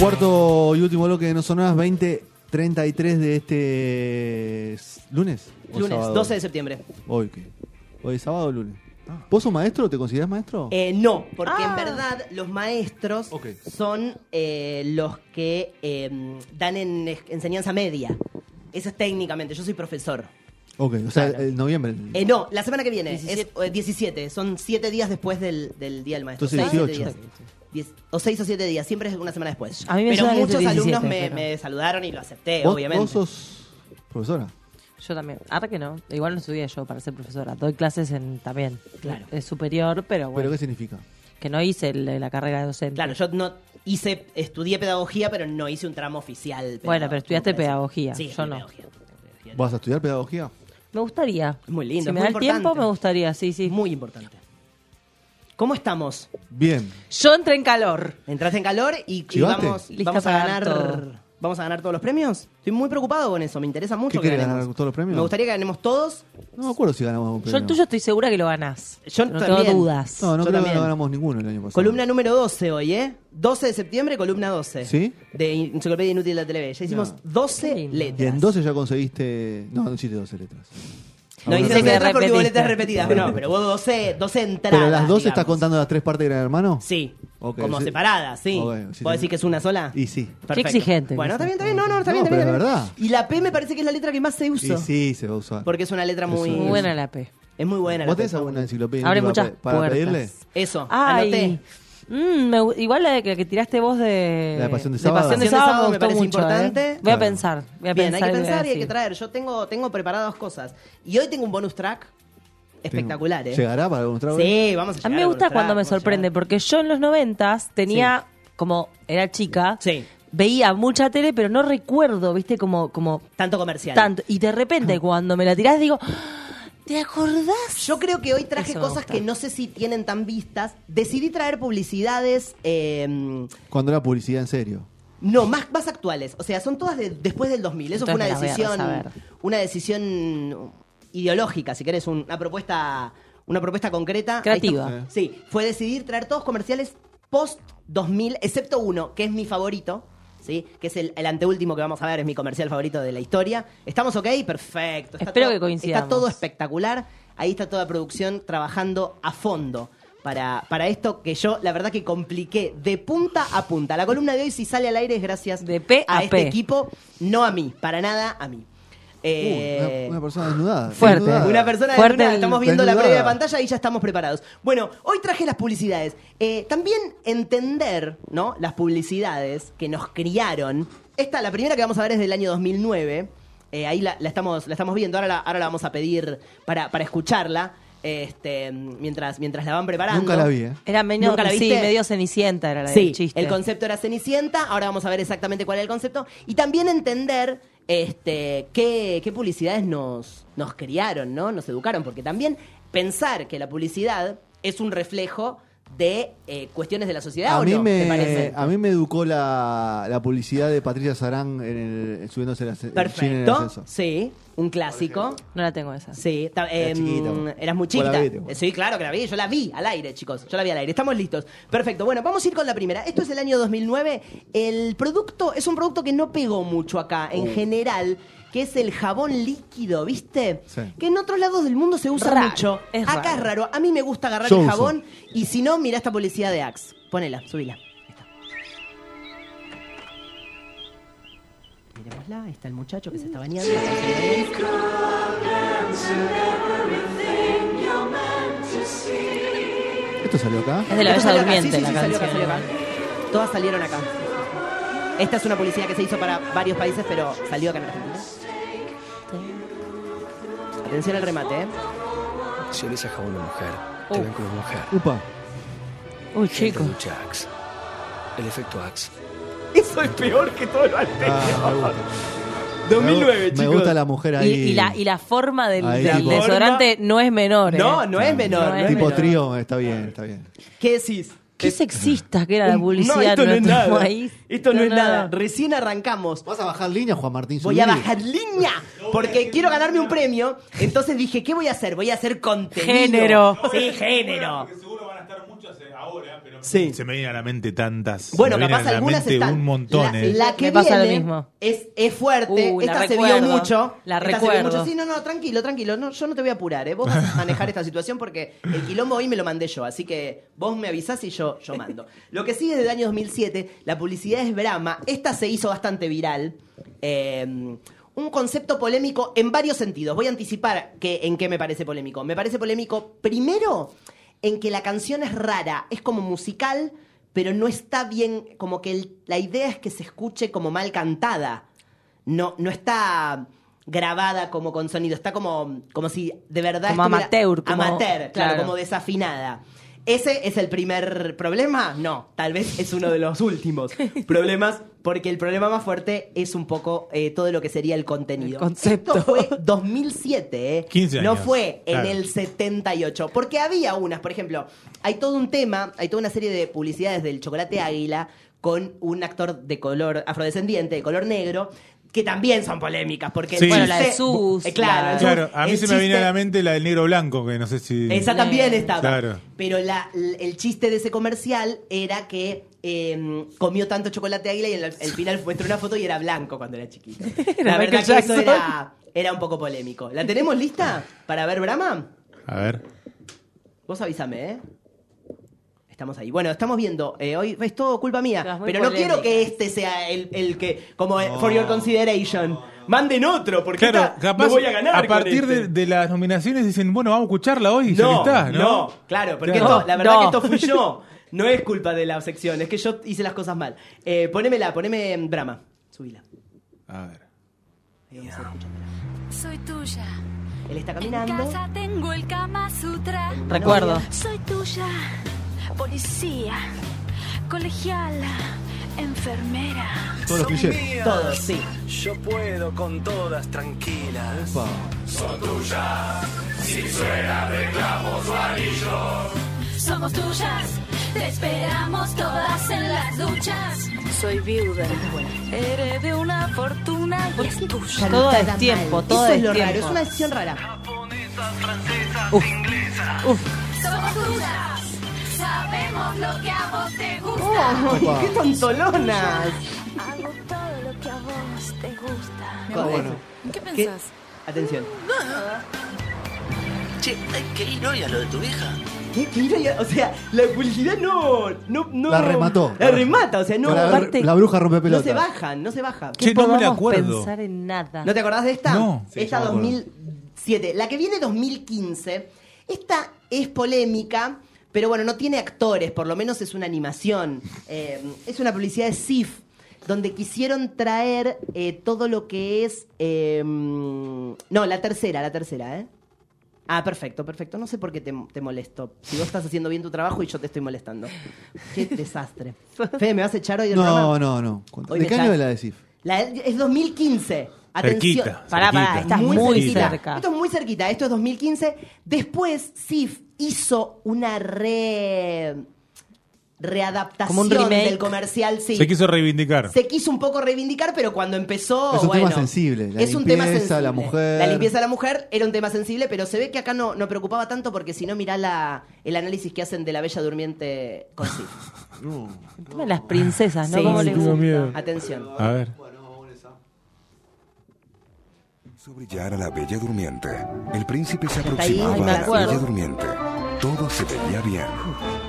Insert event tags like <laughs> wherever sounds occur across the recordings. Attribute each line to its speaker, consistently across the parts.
Speaker 1: Cuarto y último bloque de No Sonoras 2033 de este s- lunes. o
Speaker 2: Lunes,
Speaker 1: sábado?
Speaker 2: 12 de septiembre.
Speaker 1: Hoy, ¿qué? Hoy es sábado o lunes. ¿Vos sos maestro? ¿Te considerás maestro?
Speaker 2: Eh, no, porque
Speaker 3: Ah.
Speaker 2: en verdad los maestros
Speaker 1: Ok.
Speaker 2: son eh, los que eh, dan en es- enseñanza media. Eso es técnicamente, yo soy profesor.
Speaker 1: ok, o sea,
Speaker 2: claro.
Speaker 1: el noviembre.
Speaker 2: Eh, no, la semana que viene,
Speaker 3: 17.
Speaker 2: es eh, 17, son 7 días después del, del Día del Maestro.
Speaker 1: Entonces,
Speaker 2: Seis,
Speaker 1: 18.
Speaker 2: siete días. Diez- o 6 o 7 días, siempre es una semana después.
Speaker 3: A mí me
Speaker 2: pero
Speaker 3: suena que es
Speaker 2: muchos
Speaker 3: el
Speaker 2: alumnos
Speaker 3: 17,
Speaker 2: me,
Speaker 3: pero-
Speaker 2: me saludaron y lo acepté,
Speaker 1: ¿Vos,
Speaker 2: obviamente.
Speaker 1: vos sos profesora?
Speaker 3: Yo también. Ahora que no. Igual no estudié yo para ser profesora. Doy clases en también.
Speaker 2: Claro.
Speaker 3: Es superior, pero
Speaker 1: ¿Pero
Speaker 3: bueno.
Speaker 1: qué significa?
Speaker 3: Que no hice el- la carrera de docente.
Speaker 2: Claro, yo no hice, estudié pedagogía, pero no hice un tramo oficial.
Speaker 3: Bueno, pero estudiaste
Speaker 2: como
Speaker 3: pedagogía,
Speaker 2: Sí,
Speaker 3: yo
Speaker 2: estudié
Speaker 3: no.
Speaker 2: pedagogía.
Speaker 1: ¿Vas a estudiar pedagogía?
Speaker 3: Me gustaría.
Speaker 2: Es muy lindo,
Speaker 3: Si
Speaker 2: es
Speaker 3: me
Speaker 2: muy
Speaker 3: da el
Speaker 2: importante.
Speaker 3: tiempo, me gustaría, sí, sí.
Speaker 2: Muy importante. ¿Cómo estamos?
Speaker 1: Bien.
Speaker 3: Yo entré en calor.
Speaker 2: Entraste en calor y, y
Speaker 1: Chivaste.
Speaker 2: vamos,
Speaker 3: Lista
Speaker 2: vamos a
Speaker 3: para
Speaker 2: ganar.
Speaker 3: todo.
Speaker 2: ¿Vamos a ganar todos los premios? Estoy muy preocupado con eso, me interesa
Speaker 1: ¿Qué
Speaker 2: mucho que
Speaker 1: querés,
Speaker 2: ganemos.
Speaker 1: ganar todos los premios?
Speaker 2: Me gustaría que ganemos todos.
Speaker 1: No me acuerdo si ganamos algún
Speaker 3: Yo
Speaker 1: premio.
Speaker 3: el tuyo estoy segura que lo ganás.
Speaker 2: Yo
Speaker 3: no
Speaker 2: también.
Speaker 3: tengo dudas.
Speaker 1: No, no
Speaker 2: Yo
Speaker 1: creo que
Speaker 2: también.
Speaker 1: no ganamos ninguno el año pasado.
Speaker 2: Columna número 12 hoy, ¿eh? 12 de septiembre, columna 12.
Speaker 1: ¿Sí?
Speaker 2: De In- Enciclopedia Inútil de la Televisión. Ya hicimos
Speaker 1: No.
Speaker 2: 12
Speaker 3: Qué lindo.
Speaker 1: Y
Speaker 2: letras.
Speaker 1: en 12 ya conseguiste. No, no hiciste 12 letras.
Speaker 2: No
Speaker 1: Ahora
Speaker 2: hice
Speaker 3: Dice
Speaker 1: te-
Speaker 2: 12
Speaker 3: que
Speaker 2: letras porque hubo
Speaker 3: repetiste.
Speaker 2: letras repetidas. Pero no, pero hubo 12, 12 entradas.
Speaker 1: Ah, Pero las 12 estás
Speaker 2: digamos.
Speaker 1: contando las tres partes de Gran Hermano.
Speaker 2: Sí.
Speaker 1: Ok,
Speaker 2: como
Speaker 1: sí.
Speaker 2: separadas, sí.
Speaker 1: Ok,
Speaker 2: ¿Puedo
Speaker 1: sí, sí.
Speaker 2: decir que es una sola?
Speaker 1: Y sí.
Speaker 3: Qué exigente.
Speaker 2: Bueno, está bien, está bien. No, no, está
Speaker 1: No,
Speaker 2: bien, está
Speaker 1: pero
Speaker 2: bien.
Speaker 1: es
Speaker 2: está bien.
Speaker 1: verdad.
Speaker 2: Y la P me parece que es la letra que más se usa.
Speaker 1: Y sí, se va a usar.
Speaker 2: Porque es una letra muy.
Speaker 1: Eso
Speaker 3: Muy buena la P.
Speaker 2: Es muy buena la
Speaker 1: ¿Vos
Speaker 2: P.
Speaker 1: tenés alguna enciclopedia
Speaker 3: Abre
Speaker 1: nueva
Speaker 3: muchas
Speaker 1: pa- para
Speaker 3: puertas.
Speaker 1: pedirle?
Speaker 2: Eso,
Speaker 3: Ay.
Speaker 2: anoté.
Speaker 3: Mm, me gu- igual la, de que la que tiraste vos de.
Speaker 1: La de Pasión de Sábado.
Speaker 3: Pasión
Speaker 2: Pasión
Speaker 3: de
Speaker 2: de
Speaker 3: Sábado
Speaker 2: Sábado
Speaker 3: me
Speaker 2: me
Speaker 3: gustó
Speaker 2: parece
Speaker 3: mucho,
Speaker 2: importante.
Speaker 3: ¿eh? Voy
Speaker 1: Claro.
Speaker 3: a pensar. Voy a
Speaker 2: Bien, hay
Speaker 3: pensar
Speaker 2: que
Speaker 3: voy a
Speaker 2: pensar y hay que
Speaker 3: decir.
Speaker 2: traer. Yo tengo, tengo preparadas cosas. Y hoy tengo un bonus track espectacular, ¿eh?
Speaker 1: ¿Llegará para algún trago?
Speaker 2: Sí, vamos a
Speaker 3: A
Speaker 2: llegar
Speaker 3: mí me
Speaker 2: al
Speaker 3: gusta
Speaker 2: bonus track,
Speaker 3: cuando me
Speaker 2: vamos a
Speaker 3: sorprende,
Speaker 2: llegar.
Speaker 3: porque yo en los noventas tenía, como era chica,
Speaker 2: Sí.
Speaker 3: veía mucha tele, pero no recuerdo, viste, como, como
Speaker 2: Tanto comercial.
Speaker 3: tanto. Y de repente cuando me la tirás digo, "Ah, ¿te acordás?
Speaker 2: Yo creo que hoy traje
Speaker 3: Eso me
Speaker 2: cosas
Speaker 3: gusta.
Speaker 2: que no sé si tienen tan vistas. Decidí traer publicidades. eh,
Speaker 1: Cuando era publicidad en serio.
Speaker 2: No, más, más actuales. O sea, son todas de- después del 2000. Eso
Speaker 3: Entonces
Speaker 2: fue
Speaker 3: me
Speaker 2: una
Speaker 3: las voy a
Speaker 2: decisión.
Speaker 3: resaber.
Speaker 2: Una decisión ideológica, si querés, un- una propuesta. Una propuesta concreta. Ahí está.
Speaker 3: Creativa.
Speaker 2: Sí. Fue decidir traer todos comerciales post 2000, excepto uno, que es mi favorito. ¿Sí? Que es el, el anteúltimo que vamos a ver, es mi comercial favorito de la historia. ¿Estamos ok? Perfecto.
Speaker 3: Espero
Speaker 2: todo-
Speaker 3: que coincidamos.
Speaker 2: Está todo espectacular. Ahí está toda producción trabajando a fondo para, para esto que yo, la verdad, que compliqué de punta a punta. La columna de hoy, si sale al aire, es gracias
Speaker 3: De P
Speaker 2: a,
Speaker 3: a
Speaker 2: este
Speaker 3: P.
Speaker 2: equipo, no a mí, para nada a mí. Eh,
Speaker 1: Uy, una, una persona desnudada.
Speaker 3: Fuerte.
Speaker 1: desnudada.
Speaker 2: una persona
Speaker 3: Fuerte
Speaker 2: desnuda,
Speaker 3: el-
Speaker 2: estamos viendo la
Speaker 1: desnudada.
Speaker 2: previa de pantalla y ya estamos preparados. Bueno, hoy traje las publicidades. Eh, también entender, ¿no? Las publicidades que nos criaron. Esta, la primera que vamos a ver es del año 2009. Eh, ahí la, la estamos, la estamos viendo. Ahora la, ahora la vamos a pedir para, para escucharla. Este, mientras, mientras la van preparando.
Speaker 1: Nunca la vi, ¿eh?
Speaker 3: Era medio,
Speaker 2: ¿Nunca la
Speaker 3: sí,
Speaker 2: viste?
Speaker 3: medio cenicienta era la
Speaker 2: Sí,
Speaker 3: del chiste.
Speaker 2: el concepto era Cenicienta, ahora vamos a ver exactamente cuál era el concepto. Y también entender este, qué, qué publicidades nos, nos criaron, ¿no? Nos educaron, porque también pensar que la publicidad es un reflejo de eh, cuestiones de la sociedad,
Speaker 1: A
Speaker 2: ¿o
Speaker 1: mí,
Speaker 2: no? ¿Te
Speaker 1: me,
Speaker 2: parece?
Speaker 1: a mí me educó la, la publicidad de Patricia Sarán en el, subiéndose la, en el
Speaker 2: Perfecto,
Speaker 1: ascenso.
Speaker 2: sí, un clásico.
Speaker 3: No la tengo esa.
Speaker 2: Sí, ta- em,
Speaker 1: chiquita, vos.
Speaker 2: eras muy
Speaker 1: Vos la
Speaker 2: chiquita.
Speaker 1: viste, vos.
Speaker 2: Sí, claro que la vi, yo la vi al aire, chicos. Yo la vi al aire. Estamos listos. Perfecto. Bueno, vamos a ir con la primera. Esto es el año 2009. El producto es un producto que no pegó mucho acá
Speaker 1: Uh.
Speaker 2: en general, que es el jabón líquido, ¿viste?
Speaker 1: Sí.
Speaker 2: Que en otros lados del mundo se usa
Speaker 3: Raro,
Speaker 2: mucho.
Speaker 3: es
Speaker 2: acá
Speaker 3: raro.
Speaker 2: es raro. A mí me gusta agarrar
Speaker 1: Yo
Speaker 2: el
Speaker 1: uso.
Speaker 2: jabón y si no, mira esta publicidad de Axe. Ponela, subila. Ahí está. Miremosla, ahí está el muchacho que se está bañando.
Speaker 1: Esto ¿Esto salió acá?
Speaker 3: Es de
Speaker 2: Esto
Speaker 3: la Bella
Speaker 2: salió acá,
Speaker 3: Durmiente
Speaker 2: sí, sí,
Speaker 3: la
Speaker 2: sí, salió acá,
Speaker 3: canción.
Speaker 2: salió acá. Todas salieron acá. Esta es una publicidad que se hizo para varios países, pero salió acá en Argentina. Atención al remate, ¿eh?
Speaker 4: Si olés a jabón de mujer, te
Speaker 3: Oh.
Speaker 4: ven como mujer.
Speaker 1: Upa.
Speaker 3: Uy,
Speaker 4: Gente
Speaker 3: chico.
Speaker 4: ducha Axe. El efecto Axe.
Speaker 2: <laughs> Eso es peor que todo lo anterior.
Speaker 1: Ah, me
Speaker 2: <laughs>
Speaker 1: gusta. Me
Speaker 2: 2009,
Speaker 1: gu-
Speaker 2: chicos.
Speaker 1: Me gusta la mujer
Speaker 3: Y,
Speaker 1: ahí.
Speaker 3: y la, y la forma del,
Speaker 1: Ahí,
Speaker 3: del
Speaker 1: tipo-
Speaker 3: desodorante no es menor. ¿eh?
Speaker 2: No, no es menor.
Speaker 3: No
Speaker 2: no es
Speaker 1: Ah, Tipo
Speaker 2: menor.
Speaker 1: trío, está bien, está bien.
Speaker 2: ¿Qué decís?
Speaker 3: Qué sexista que era la
Speaker 2: <laughs>
Speaker 3: publicidad
Speaker 2: no, esto
Speaker 3: de
Speaker 2: no es
Speaker 3: nuestro
Speaker 2: nada.
Speaker 3: país.
Speaker 2: Esto no, es nada.
Speaker 3: no.
Speaker 2: Recién arrancamos.
Speaker 1: ¿Vas a bajar línea, Juan Martín?
Speaker 2: Voy a
Speaker 1: Zuriri?
Speaker 2: bajar línea porque quiero ganarme un premio. Entonces dije, ¿qué voy a hacer? Voy a hacer contenido.
Speaker 3: Género.
Speaker 2: Sí, género.
Speaker 5: Porque seguro van a estar muchas eh, ahora, pero
Speaker 2: Sí.
Speaker 6: Se me vienen a la mente tantas.
Speaker 2: Bueno,
Speaker 6: me vienen
Speaker 2: capaz
Speaker 6: a la
Speaker 2: algunas
Speaker 6: mente
Speaker 2: están.
Speaker 6: un montón.
Speaker 2: La,
Speaker 6: eh.
Speaker 2: la que
Speaker 3: Me pasa lo
Speaker 2: viene
Speaker 3: mismo.
Speaker 2: Es, es fuerte.
Speaker 3: Uh, la
Speaker 2: esta se vio
Speaker 3: recuerdo.
Speaker 2: mucho.
Speaker 3: La
Speaker 2: Esta se vio
Speaker 3: recuerdo.
Speaker 2: mucho. Sí, no, no, tranquilo, tranquilo. No, yo no te voy a apurar, ¿eh? Vos vas a manejar esta situación porque el quilombo hoy me lo mandé yo. Así que vos me avisás y yo, yo mando. Lo que sigue es del año 2007. La publicidad es Brahma. Esta se hizo bastante viral. Eh, un concepto polémico en varios sentidos. Voy a anticipar que, en qué me parece polémico. Me parece polémico, primero, en que la canción es rara. Es como musical, pero no está bien. Como que el- la idea es que se escuche como mal cantada no, no está grabada como con sonido, está como, como si de verdad
Speaker 3: Como
Speaker 2: estuviera-
Speaker 3: amateur, como-
Speaker 2: amateur, claro,
Speaker 3: claro.
Speaker 2: como desafinada. ¿Ese es el primer problema? No, tal vez es uno de los
Speaker 3: <laughs>
Speaker 2: últimos problemas, porque el problema más fuerte es un poco eh, todo lo que sería el contenido.
Speaker 3: El concepto.
Speaker 2: Esto fue 2007, ¿eh?
Speaker 6: 15
Speaker 2: No
Speaker 6: años,
Speaker 2: fue en
Speaker 6: claro.
Speaker 2: el 78. Porque había unas, por ejemplo, hay todo un tema, hay toda una serie de publicidades del chocolate águila con un actor de color afrodescendiente, de color negro, que también son polémicas. Porque
Speaker 6: Sí.
Speaker 2: el
Speaker 6: Bueno,
Speaker 3: la de
Speaker 2: chiste-
Speaker 3: Sus,
Speaker 2: eh, claro,
Speaker 3: la-
Speaker 2: el Sus,
Speaker 6: Claro, a mí
Speaker 2: el
Speaker 6: se me viene a
Speaker 2: chiste-
Speaker 6: la mente la del negro blanco, que no sé si.
Speaker 2: esa también estaba.
Speaker 6: Claro.
Speaker 2: Pero la- l- el chiste de ese comercial era que eh, comió tanto chocolate águila y al al final muestra una foto y era blanco cuando era chiquito.
Speaker 3: <laughs> Era
Speaker 2: la verdad
Speaker 3: Michael
Speaker 2: que eso
Speaker 3: Jackson.
Speaker 2: era, era un poco polémico. ¿La tenemos lista para ver Brahma?
Speaker 6: A ver.
Speaker 2: Vos avísame, ¿eh? Estamos ahí. Bueno, estamos viendo. eh, hoy es todo culpa mía.
Speaker 3: Estás muy
Speaker 2: Pero no
Speaker 3: polémica.
Speaker 2: quiero que este sea el, el que, como eh, for your consideration, manden otro, porque
Speaker 6: Claro,
Speaker 2: esta
Speaker 6: capaz
Speaker 2: no voy a ganar. con
Speaker 6: partir
Speaker 2: este.
Speaker 6: de, de las nominaciones dicen, bueno, vamos a escucharla hoy. y ya que
Speaker 2: No,
Speaker 6: está,
Speaker 2: no,
Speaker 6: ¿no?
Speaker 2: claro, porque
Speaker 6: Claro.
Speaker 2: esto- la verdad
Speaker 3: No.
Speaker 2: que esto fui yo. No es culpa de la sección, es que yo hice las cosas mal. Eh, ponémela, poneme mm, Brahma. Subila.
Speaker 6: A ver.
Speaker 2: Ahí vamos a escuchar.
Speaker 7: Soy tuya.
Speaker 2: Él está
Speaker 7: En
Speaker 2: caminando.
Speaker 7: casa tengo el Kama Sutra.
Speaker 3: Recuerdo.
Speaker 7: Soy tuya. Policía. Colegiala. Enfermera.
Speaker 1: Todos los clichés.
Speaker 2: Todo, sí.
Speaker 4: Yo puedo con todas tranquilas.
Speaker 1: Upa.
Speaker 7: Somos tuyas. Te esperamos todas en las duchas. Soy viuda. Heredé una fortuna y es tuya.
Speaker 2: Ya no
Speaker 3: Todo
Speaker 2: está
Speaker 3: es
Speaker 2: tan
Speaker 3: tiempo,
Speaker 2: mal.
Speaker 3: todo
Speaker 2: Eso es
Speaker 3: es
Speaker 2: lo raro,
Speaker 3: tiempo.
Speaker 2: es una decisión rara.
Speaker 7: Somos tuyas. Sabemos lo que a vos te gusta.
Speaker 2: Ay, <laughs> ¡Qué tontolonas!
Speaker 7: Hago todo lo que a vos te gusta.
Speaker 2: Con-
Speaker 7: ¿Qué
Speaker 2: ¿Qué? Atención.
Speaker 8: Che, hay que ir hoy a lo de tu vieja.
Speaker 2: ¿Qué? ¿Qué iba yo? O sea, la publicidad no, no, no-
Speaker 1: La remató.
Speaker 2: La remata, o sea, no.
Speaker 1: Con la,
Speaker 3: aparte-
Speaker 1: la bruja rompe
Speaker 2: no
Speaker 1: pelota.
Speaker 2: se bajan, no se bajan.
Speaker 6: Che, no me la
Speaker 3: podamos
Speaker 6: acuerdo.
Speaker 3: pensar en nada.
Speaker 2: ¿No te acordás de esta?
Speaker 6: No.
Speaker 1: Sí,
Speaker 2: esta
Speaker 1: yo me acuerdo.
Speaker 2: 2007. La que viene 2015. Esta es polémica, pero bueno, no tiene actores, por lo menos es una animación. Eh, es una publicidad de SIF, donde quisieron traer eh, todo lo que es... eh, no, la tercera, la tercera, ¿eh? Ah, perfecto, perfecto. No sé por qué te, te molesto. Si vos estás haciendo bien tu trabajo y yo te estoy molestando.
Speaker 1: <laughs>
Speaker 2: Qué desastre. Fede, ¿me vas a echar hoy del
Speaker 1: No,
Speaker 2: programa?
Speaker 1: no, no.
Speaker 2: Hoy
Speaker 1: ¿De
Speaker 2: me
Speaker 1: qué año
Speaker 2: saca.
Speaker 1: es la de Cif?
Speaker 2: La- es 2015. Atención.
Speaker 6: Cerquita.
Speaker 3: Pará, pará,
Speaker 6: Cerquita.
Speaker 3: estás muy, cerca.
Speaker 2: Esto es muy cerquita, esto es 2015. Después, Sif hizo una re readaptación
Speaker 3: Como un remake.
Speaker 2: del comercial, sí.
Speaker 6: Se quiso reivindicar.
Speaker 2: Se quiso un poco reivindicar, pero cuando empezó.
Speaker 1: Es un
Speaker 2: bueno,
Speaker 1: tema sensible, la
Speaker 2: es un tema
Speaker 1: limpieza,
Speaker 2: sensible.
Speaker 1: la mujer.
Speaker 2: La limpieza de la mujer era un tema sensible, pero se ve que acá no, no preocupaba tanto porque si no, mirá la, el análisis que hacen de la Bella Durmiente con Sif.
Speaker 3: El tema de las princesas, Ah, ¿no?
Speaker 2: Sí,
Speaker 3: ¿Cómo
Speaker 2: sí,
Speaker 3: les
Speaker 2: tengo
Speaker 3: gusta?
Speaker 6: miedo.
Speaker 2: Atención.
Speaker 6: A ver.
Speaker 9: Hizo brillar a la Bella Durmiente. El príncipe se
Speaker 2: Está ahí,
Speaker 9: aproximaba
Speaker 3: ay, me
Speaker 9: a la
Speaker 3: acuerdo.
Speaker 9: Bella Durmiente. Todo se veía bien,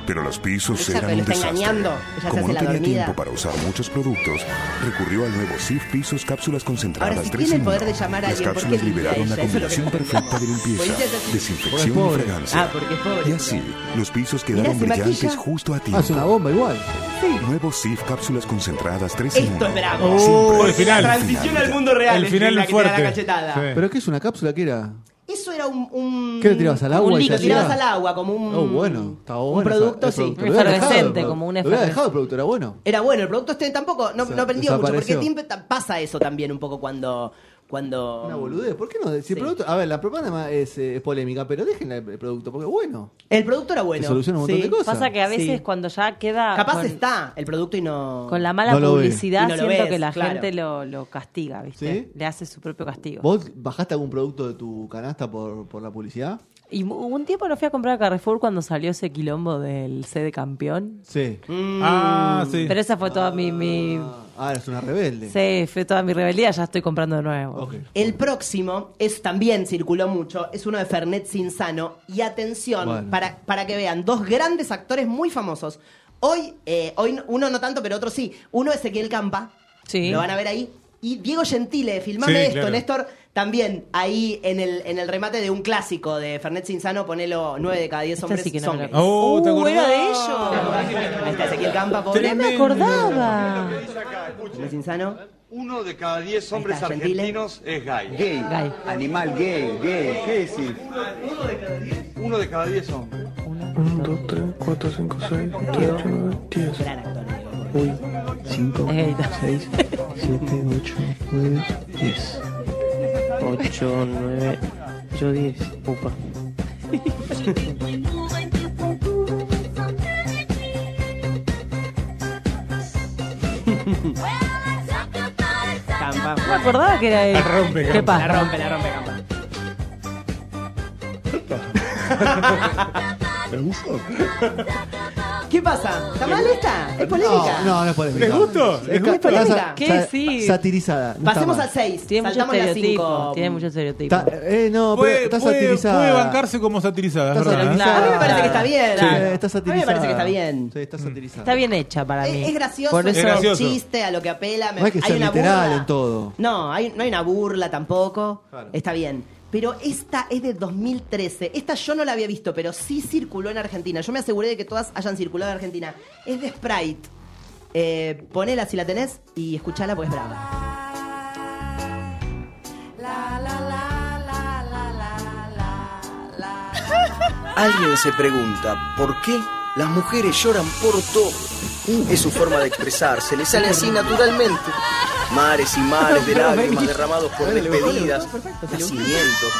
Speaker 9: pero los pisos
Speaker 2: Ella, pero
Speaker 9: eran
Speaker 2: lo
Speaker 9: un
Speaker 2: está
Speaker 9: desastre.
Speaker 2: engañando. Ella se
Speaker 9: Como
Speaker 2: hace
Speaker 9: no
Speaker 2: la
Speaker 9: tenía
Speaker 2: dormida.
Speaker 9: tiempo para usar muchos productos, recurrió al nuevo Sif Pisos Cápsulas Concentradas
Speaker 2: Ahora, si
Speaker 9: 3
Speaker 2: tiene
Speaker 9: en
Speaker 2: el poder
Speaker 9: 1.
Speaker 2: de llamar a
Speaker 9: Las
Speaker 2: alguien, ¿por qué
Speaker 9: cápsulas
Speaker 2: grita
Speaker 9: liberaron
Speaker 2: ella? Eso es
Speaker 9: la
Speaker 2: lo que
Speaker 9: combinación
Speaker 2: me
Speaker 9: perfecta de limpieza,
Speaker 2: Policía Pues es así.
Speaker 9: desinfección
Speaker 1: Porque es
Speaker 9: y
Speaker 1: pobre.
Speaker 9: fragancia.
Speaker 2: Ah, porque es pobre.
Speaker 9: Y así, los pisos
Speaker 2: Mirá,
Speaker 9: quedaron
Speaker 2: se maquilla.
Speaker 9: brillantes justo a
Speaker 1: Ah, es una
Speaker 9: tiempo.
Speaker 1: bomba igual.
Speaker 9: Nuevo Sif Cápsulas Concentradas 3 en 1.
Speaker 2: Esto es bravo.
Speaker 6: Oh, el
Speaker 9: Siempre
Speaker 6: final.
Speaker 9: al
Speaker 2: Transición al
Speaker 9: ya.
Speaker 2: mundo real.
Speaker 6: El
Speaker 2: es
Speaker 6: final
Speaker 2: la que te da
Speaker 6: fuerte.
Speaker 2: la cachetada.
Speaker 6: Sí.
Speaker 1: ¿Pero qué es una cápsula que era?
Speaker 2: Eso era un. un-
Speaker 1: ¿Qué le tirabas al agua
Speaker 3: un
Speaker 1: y
Speaker 3: líquido,
Speaker 1: se
Speaker 3: tirabas
Speaker 2: tirabas
Speaker 1: hacía?
Speaker 2: al agua como un.
Speaker 1: Oh, bueno, estaba bueno.
Speaker 2: Un producto,
Speaker 1: esa- ese
Speaker 2: sí.
Speaker 1: producto. Lo hubiera
Speaker 3: Efervescente,
Speaker 1: dejado,
Speaker 3: como un
Speaker 1: Lo hubiera
Speaker 3: efervescente.
Speaker 1: dejado el producto, era bueno.
Speaker 2: Era bueno el producto este tampoco. No,
Speaker 1: O sea,
Speaker 2: no aprendió mucho porque
Speaker 1: desapareció.
Speaker 2: siempre ta- pasa eso también un poco cuando. cuando
Speaker 1: Una boludez. ¿Por qué no? Si
Speaker 2: Sí.
Speaker 1: el producto, a ver, la propaganda es, eh, es polémica, pero dejen el producto porque es bueno.
Speaker 2: El producto era bueno.
Speaker 1: Te soluciona un montón
Speaker 2: sí.
Speaker 1: de cosas.
Speaker 3: Pasa que a veces
Speaker 2: Sí.
Speaker 3: cuando ya queda.
Speaker 2: Capaz
Speaker 3: con,
Speaker 2: está el producto y no.
Speaker 3: con la mala
Speaker 1: No lo ve.
Speaker 3: publicidad,
Speaker 2: Y no lo
Speaker 3: siento
Speaker 2: ves,
Speaker 3: que la
Speaker 2: claro.
Speaker 3: gente lo, lo castiga, ¿viste?
Speaker 1: Sí.
Speaker 3: Le hace su propio castigo.
Speaker 1: ¿Vos bajaste algún producto de tu canasta por, por la publicidad?
Speaker 3: Y mu- un tiempo no fui a comprar a Carrefour cuando salió ese quilombo del C de campeón.
Speaker 1: Sí.
Speaker 6: Ah, sí.
Speaker 3: Pero esa fue toda mi. mi...
Speaker 1: Ah, eres una rebelde.
Speaker 3: Sí, fue toda mi rebeldía, ya estoy comprando de nuevo.
Speaker 1: Ok.
Speaker 2: El próximo es también circuló mucho, es uno de Fernet Sinsano. Y atención,
Speaker 1: Bueno.
Speaker 2: para, para que vean, dos grandes actores muy famosos. Hoy, eh, hoy no- uno no tanto, pero otro sí. Uno es Ezequiel Campa,
Speaker 3: Sí.
Speaker 2: lo van a ver ahí. Y Diego Gentile, filmame
Speaker 6: Sí,
Speaker 2: esto,
Speaker 6: claro.
Speaker 2: Néstor, también ahí en el, en el remate de un clásico de Fernet Sinsano, ponelo 9 de cada 10
Speaker 3: Este
Speaker 2: hombres
Speaker 3: sí que no
Speaker 2: son
Speaker 3: me lo-
Speaker 2: gays.
Speaker 6: Oh, ¿te
Speaker 3: Uh,
Speaker 6: acordás?
Speaker 3: era de ellos.
Speaker 2: Ahí está Ezequiel Campa,
Speaker 3: No
Speaker 2: pobre.
Speaker 3: me acordaba.
Speaker 2: Fernet Sinsano.
Speaker 4: Uno de cada diez
Speaker 2: hombres Ahí está, Gentile. argentinos
Speaker 4: es gay.
Speaker 8: Gay,
Speaker 3: Gay.
Speaker 8: animal gay, gay, ¿qué decir?
Speaker 4: Uno de cada diez hombres.
Speaker 10: 1, 2, 3, 4, 5, 6, 7, 8, 9, 10.
Speaker 2: Gran actor.
Speaker 10: Uy, 5,
Speaker 3: Es gaita.
Speaker 10: 6, 7, 8, 9, 10. 8, 9, yo 10. Upa.
Speaker 2: Campa.
Speaker 3: No me acordaba que era él.
Speaker 6: La rompe,
Speaker 3: ¿Qué
Speaker 6: Campa.
Speaker 3: pasa?
Speaker 2: la rompe, Campa.
Speaker 10: ¿Me gusta?
Speaker 2: ¿Qué pasa? ¿Está mal esta? ¿Es polémica?
Speaker 1: No, no, no es polémica.
Speaker 6: ¿Les gustó? ¿Les
Speaker 1: Es ca-
Speaker 6: gustó?
Speaker 1: está sa-
Speaker 2: Polémica.
Speaker 3: ¿Qué
Speaker 1: sa-
Speaker 3: decís?
Speaker 1: Satirizada. No
Speaker 2: Pasemos
Speaker 1: está
Speaker 2: al
Speaker 1: mal.
Speaker 2: 6.
Speaker 3: Tiene mucho
Speaker 2: Saltamos la 5.
Speaker 3: estereotipo. Tiene mucho estereotipo.
Speaker 1: Está- eh, no, pero
Speaker 6: Puede,
Speaker 1: está
Speaker 6: puede-
Speaker 1: satirizada.
Speaker 6: puede bancarse como satirizada, es
Speaker 1: Está
Speaker 6: verdad, ¿eh?
Speaker 3: satirizada.
Speaker 2: A mí me parece que está bien.
Speaker 1: Sí.
Speaker 2: Ah,
Speaker 1: Eh, está
Speaker 2: A mí me
Speaker 1: satirizada.
Speaker 2: parece que está bien.
Speaker 1: Sí, está satirizada.
Speaker 3: Está bien hecha para mí.
Speaker 2: Es, es gracioso,
Speaker 3: Por
Speaker 2: es
Speaker 3: eso-
Speaker 2: un
Speaker 6: gracioso.
Speaker 2: chiste a lo que apela. me-
Speaker 1: No hay que ser
Speaker 2: una
Speaker 1: literal
Speaker 2: burla.
Speaker 1: en todo.
Speaker 2: No, hay- no hay una burla tampoco.
Speaker 1: Claro.
Speaker 2: Está bien. Pero esta es de 2013. Esta yo no la había visto, pero sí circuló en Argentina. Yo me aseguré de que todas hayan circulado en Argentina. Es de Sprite. Eh, ponela si la tenés y escuchala porque es brava.
Speaker 8: Alguien se pregunta, ¿por qué las mujeres lloran por todo? Es su forma de expresarse, le sale así naturalmente. Mares y mares de lágrimas derramados por despedidas, nacimientos,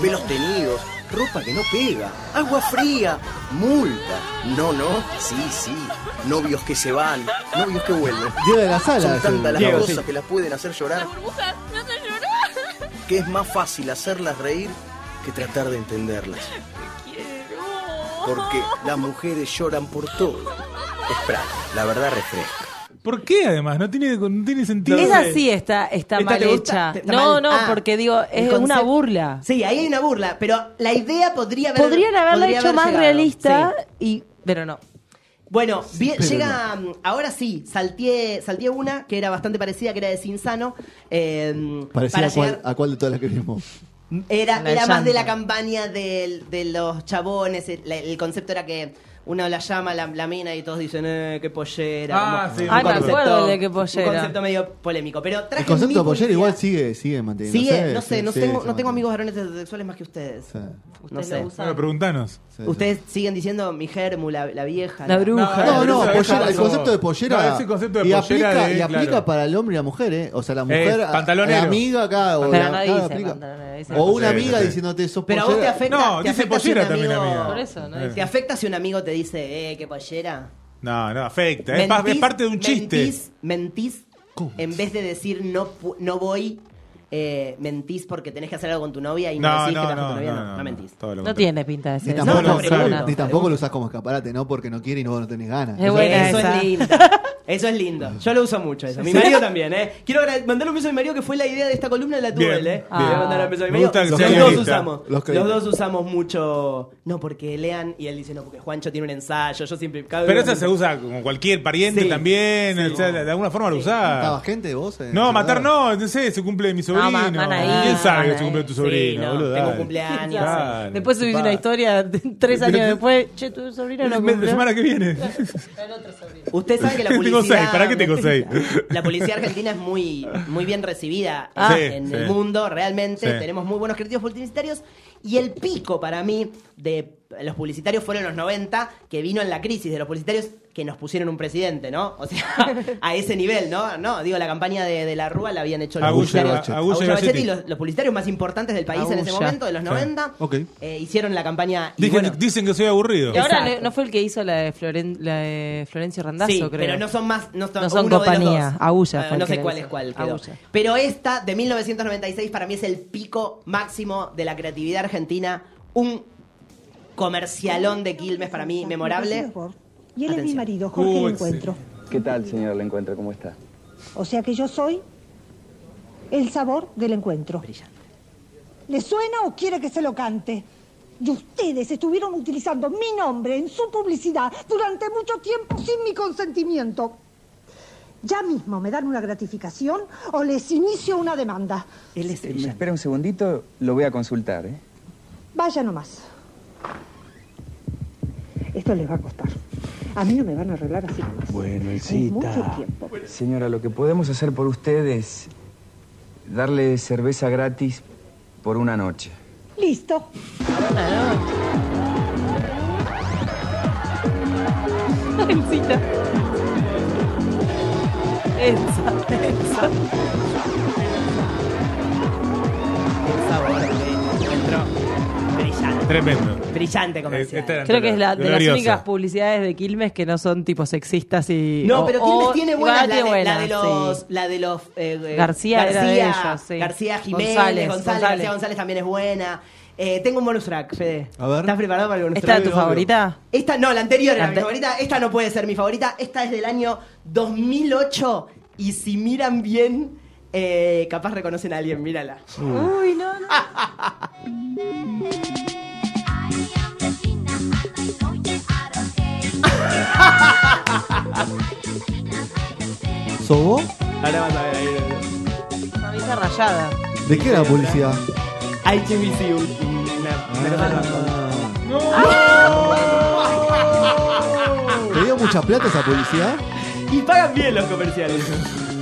Speaker 8: pelos tenidos, ropa que no pega, agua fría, multa. No, no, sí, sí. Novios que se van, novios que vuelven.
Speaker 1: Diego de la sala.
Speaker 8: Son
Speaker 1: es el-
Speaker 8: tantas las
Speaker 1: Diego,
Speaker 8: cosas
Speaker 1: sí.
Speaker 8: que las pueden hacer llorar que es más fácil hacerlas reír que tratar de entenderlas. Porque las mujeres lloran por todo. Es Pratt, la verdad refresca.
Speaker 6: ¿Por qué además? No tiene, no tiene sentido.
Speaker 3: Es así está, está
Speaker 2: ¿Esta
Speaker 3: mal
Speaker 2: te gusta?
Speaker 3: hecha.
Speaker 2: Está
Speaker 3: No,
Speaker 2: mal.
Speaker 3: no,
Speaker 2: Ah,
Speaker 3: porque digo,
Speaker 2: el
Speaker 3: es
Speaker 2: concepto-
Speaker 3: una burla.
Speaker 2: Sí, ahí hay una burla, pero la idea podría haber
Speaker 3: Podrían haberla
Speaker 2: podría
Speaker 3: hecho
Speaker 2: haber
Speaker 3: más
Speaker 2: llegado.
Speaker 3: realista
Speaker 2: Sí.
Speaker 3: y. Pero no.
Speaker 2: Bueno, bien- llega. mm, Ahora sí, salteé, salteé una que era bastante parecida, que era de Cinsano. eh,
Speaker 1: Parecía
Speaker 2: para
Speaker 1: a cuál, Ah.
Speaker 2: llegar-
Speaker 1: a cuál de todas las que vimos.
Speaker 2: Era,
Speaker 3: La del
Speaker 2: era más de
Speaker 3: llanto.
Speaker 2: la campaña del- de los chabones. El, la- el concepto era que uno la llama, la, la mina y todos dicen, eh, qué pollera.
Speaker 6: Ah,
Speaker 2: como-
Speaker 6: sí,
Speaker 3: Ay, me acuerdo de qué pollera.
Speaker 2: Un concepto medio polémico. Pero traje
Speaker 1: El concepto de
Speaker 2: mi
Speaker 1: pollera igual
Speaker 2: publicidad.
Speaker 1: sigue, sigue manteniendo.
Speaker 2: Sigue, eh, no sé, no, tengo, no tengo
Speaker 1: amigos
Speaker 2: amigos varones heterosexuales más que ustedes.
Speaker 1: Sí.
Speaker 2: No
Speaker 3: Ustedes
Speaker 2: sé.
Speaker 3: lo usan.
Speaker 6: Bueno, preguntanos.
Speaker 2: Ustedes siguen diciendo mi germu, la, la vieja.
Speaker 3: La bruja.
Speaker 1: No, no,
Speaker 6: Pero eso-
Speaker 1: pollera, el
Speaker 6: eso-
Speaker 1: concepto de pollera.
Speaker 6: No, ese concepto de
Speaker 1: y
Speaker 6: pollera
Speaker 1: aplica,
Speaker 6: de-
Speaker 1: y aplica
Speaker 6: claro.
Speaker 1: para el hombre y la mujer, ¿eh? O sea, la mujer. a-
Speaker 6: pantalonero.
Speaker 1: a la amiga acá. O,
Speaker 3: Pero
Speaker 1: la-
Speaker 3: no
Speaker 1: acá
Speaker 3: dice
Speaker 1: aplica.
Speaker 3: pantalonero, dice
Speaker 1: o una
Speaker 6: pollera.
Speaker 1: amiga
Speaker 6: Sí.
Speaker 1: diciéndote sos
Speaker 2: Pero a vos te
Speaker 1: pollera.
Speaker 2: afecta.
Speaker 6: No,
Speaker 2: te
Speaker 6: dice
Speaker 2: afecta si un
Speaker 6: pollera también,
Speaker 2: amigo-
Speaker 6: amiga.
Speaker 3: Por eso, ¿no?
Speaker 6: Eh.
Speaker 2: ¿Te afecta si un amigo te dice, eh, qué pollera?
Speaker 6: No, no, afecta. Es, pa- es parte de un chiste.
Speaker 2: Mentís, mentís
Speaker 1: ¿Cómo?
Speaker 2: en vez de decir no, pu- no voy, eh, mentís porque tenés que hacer algo con tu novia y no,
Speaker 6: No,
Speaker 2: decís que
Speaker 6: no,
Speaker 2: estás con
Speaker 6: no,
Speaker 2: tu novia. No, no
Speaker 6: no, no.
Speaker 2: mentís.
Speaker 6: Todo
Speaker 3: No
Speaker 6: lo contrario.
Speaker 3: tiene pinta de
Speaker 1: Ni
Speaker 3: ser.
Speaker 1: tampoco,
Speaker 2: No,
Speaker 1: lo
Speaker 2: pregunto.
Speaker 1: ni tampoco lo usas como escaparate, ¿no? Porque no quiere y no, no tenés ganas.
Speaker 3: Es buena <laughs>
Speaker 2: Eso
Speaker 3: esa.
Speaker 2: es linda. Eso es lindo. Yo lo uso mucho eso. Mi marido también, ¿eh? Quiero agra- mandarle un beso a mi marido que fue la idea de esta columna, la tuvo
Speaker 6: Bien,
Speaker 2: él, ¿eh?
Speaker 6: bien.
Speaker 2: Le voy a mandar un beso a mi
Speaker 6: Me
Speaker 2: marido.
Speaker 6: gusta que
Speaker 2: Los
Speaker 6: sea
Speaker 2: dos
Speaker 6: guionista.
Speaker 2: usamos.
Speaker 6: Los
Speaker 2: Los,
Speaker 6: créditos.
Speaker 2: dos usamos mucho. No, porque lean y él dice, no, porque Juancho tiene un ensayo. Yo siempre. cada
Speaker 6: Pero
Speaker 2: vez-
Speaker 6: esa se usa con cualquier pariente
Speaker 2: Sí,
Speaker 6: también. o sea, de alguna forma lo usás.
Speaker 1: ¿Matabas gente vos? eh?
Speaker 6: No, matar no, no sé, se cumple de mi sobrino.
Speaker 3: ma- van ahí,
Speaker 6: ¿Quién
Speaker 3: van
Speaker 6: sabe que
Speaker 3: ahí.
Speaker 6: se cumple de tu
Speaker 3: Sí,
Speaker 6: sobrino,
Speaker 3: no,
Speaker 6: boludo?
Speaker 2: tengo
Speaker 6: Dale.
Speaker 2: cumpleaños.
Speaker 6: ¿Qué haces?
Speaker 3: Después subís una historia de- tres
Speaker 6: Pero
Speaker 3: años
Speaker 6: te-
Speaker 3: después. Che, tu sobrino no
Speaker 6: El mes- La
Speaker 3: cumplió.
Speaker 6: semana que viene.
Speaker 2: Usted sabe que la
Speaker 6: <laughs> Tengo
Speaker 2: publicidad.
Speaker 6: seis, ¿para qué tengo seis?
Speaker 2: <laughs> La policía argentina es muy, muy bien recibida
Speaker 6: Ah.
Speaker 2: en,
Speaker 6: Sí,
Speaker 2: en
Speaker 6: sí.
Speaker 2: el mundo, realmente.
Speaker 6: Sí.
Speaker 2: Tenemos muy buenos críticos publicitarios. Y el pico para mí de los publicitarios fueron los 90, que vino en la crisis de los publicitarios que nos pusieron un presidente, ¿no? O
Speaker 6: <laughs>
Speaker 2: sea, a ese nivel, ¿no? No, digo, la campaña de, de la Rúa la habían hecho los
Speaker 6: Agullo,
Speaker 2: publicitarios.
Speaker 6: Agullo y
Speaker 2: Agullo y
Speaker 6: Bassetti.
Speaker 2: Bassetti, los, los publicitarios más importantes del país en ese
Speaker 3: Agulla.
Speaker 2: momento, de los 90,
Speaker 1: Ok.
Speaker 2: eh, hicieron la campaña. y
Speaker 6: Dicen,
Speaker 2: bueno,
Speaker 6: dicen que soy aburrido.
Speaker 3: Y ahora
Speaker 2: Exacto.
Speaker 3: no fue el que hizo la de, Floren- la de Florencio Randazzo,
Speaker 2: sí,
Speaker 3: creo.
Speaker 2: pero no son más, no son,
Speaker 3: No son
Speaker 2: uno de los
Speaker 3: compañía,
Speaker 2: dos.
Speaker 3: Agulla
Speaker 2: Ah,
Speaker 3: fue el
Speaker 2: no
Speaker 3: que
Speaker 2: sé
Speaker 3: la
Speaker 2: cuál
Speaker 3: hizo.
Speaker 2: es cuál. quedó.
Speaker 3: Agulla.
Speaker 2: Pero esta de 1996 para mí es el pico máximo de la creatividad argentina. Un comercialón de Quilmes para mí memorable.
Speaker 11: Y él es mi
Speaker 2: Atención.
Speaker 11: marido, Jorge
Speaker 6: Uh,
Speaker 11: el Encuentro.
Speaker 8: ¿Qué tal, señora? ¿La encuentra? ¿Cómo está?
Speaker 11: O sea que yo soy el sabor del encuentro. ¿Le suena o quiere que se lo cante? Y ustedes estuvieron utilizando mi nombre en su publicidad durante mucho tiempo sin mi consentimiento. Ya mismo me dan una gratificación o les inicio una demanda.
Speaker 2: Él es
Speaker 8: me espera un segundito, lo voy a consultar, ¿eh?
Speaker 11: Vaya nomás. Esto les va a costar. A mí no me van a arreglar así. nomás.
Speaker 8: Bueno,
Speaker 11: mucho
Speaker 8: Elcita. Señora, lo que podemos hacer por usted es darle cerveza gratis por una noche.
Speaker 11: Listo.
Speaker 3: Encita. Ensa, ensa.
Speaker 2: El sabor del encuentro. Brillante.
Speaker 6: Tremendo.
Speaker 2: Brillante comercial.
Speaker 6: Eh, esta era-
Speaker 3: Creo que es la, de las
Speaker 6: gloriosa.
Speaker 3: únicas publicidades de Quilmes que no son tipo sexistas y.
Speaker 2: No,
Speaker 3: o-
Speaker 2: pero
Speaker 3: o-
Speaker 2: Quilmes tiene buenas.
Speaker 3: igual
Speaker 2: La de,
Speaker 3: tiene
Speaker 2: la de
Speaker 3: buenas,
Speaker 2: los.
Speaker 3: sí.
Speaker 2: La de los eh, eh,
Speaker 3: García era de ellos, sí.
Speaker 2: García Jiménez, González,
Speaker 3: González,
Speaker 2: García
Speaker 3: González.
Speaker 2: González también es buena. Eh, tengo un bonus track, Fede.
Speaker 1: A ver.
Speaker 2: ¿Estás preparado para el bonus
Speaker 3: ¿Esta
Speaker 2: track?
Speaker 3: es tu
Speaker 1: Obvio, obvio.
Speaker 3: favorita?
Speaker 2: Esta, no, la anterior era mi
Speaker 3: La ante-
Speaker 2: favorita. Esta no puede ser mi favorita. Esta es del año 2008. Y si miran bien, eh, capaz reconocen a alguien. Mírala.
Speaker 3: Uy, no, no.
Speaker 1: ¿Sobó?
Speaker 2: Ahora vas a ver ahí.
Speaker 3: Camisa rayada.
Speaker 1: ¿De qué era la publicidad?
Speaker 2: HBC, un- una- una cosa del banco. Ah.
Speaker 1: ¿Te dio mucha plata esa publicidad?
Speaker 2: Y pagan bien los comerciales.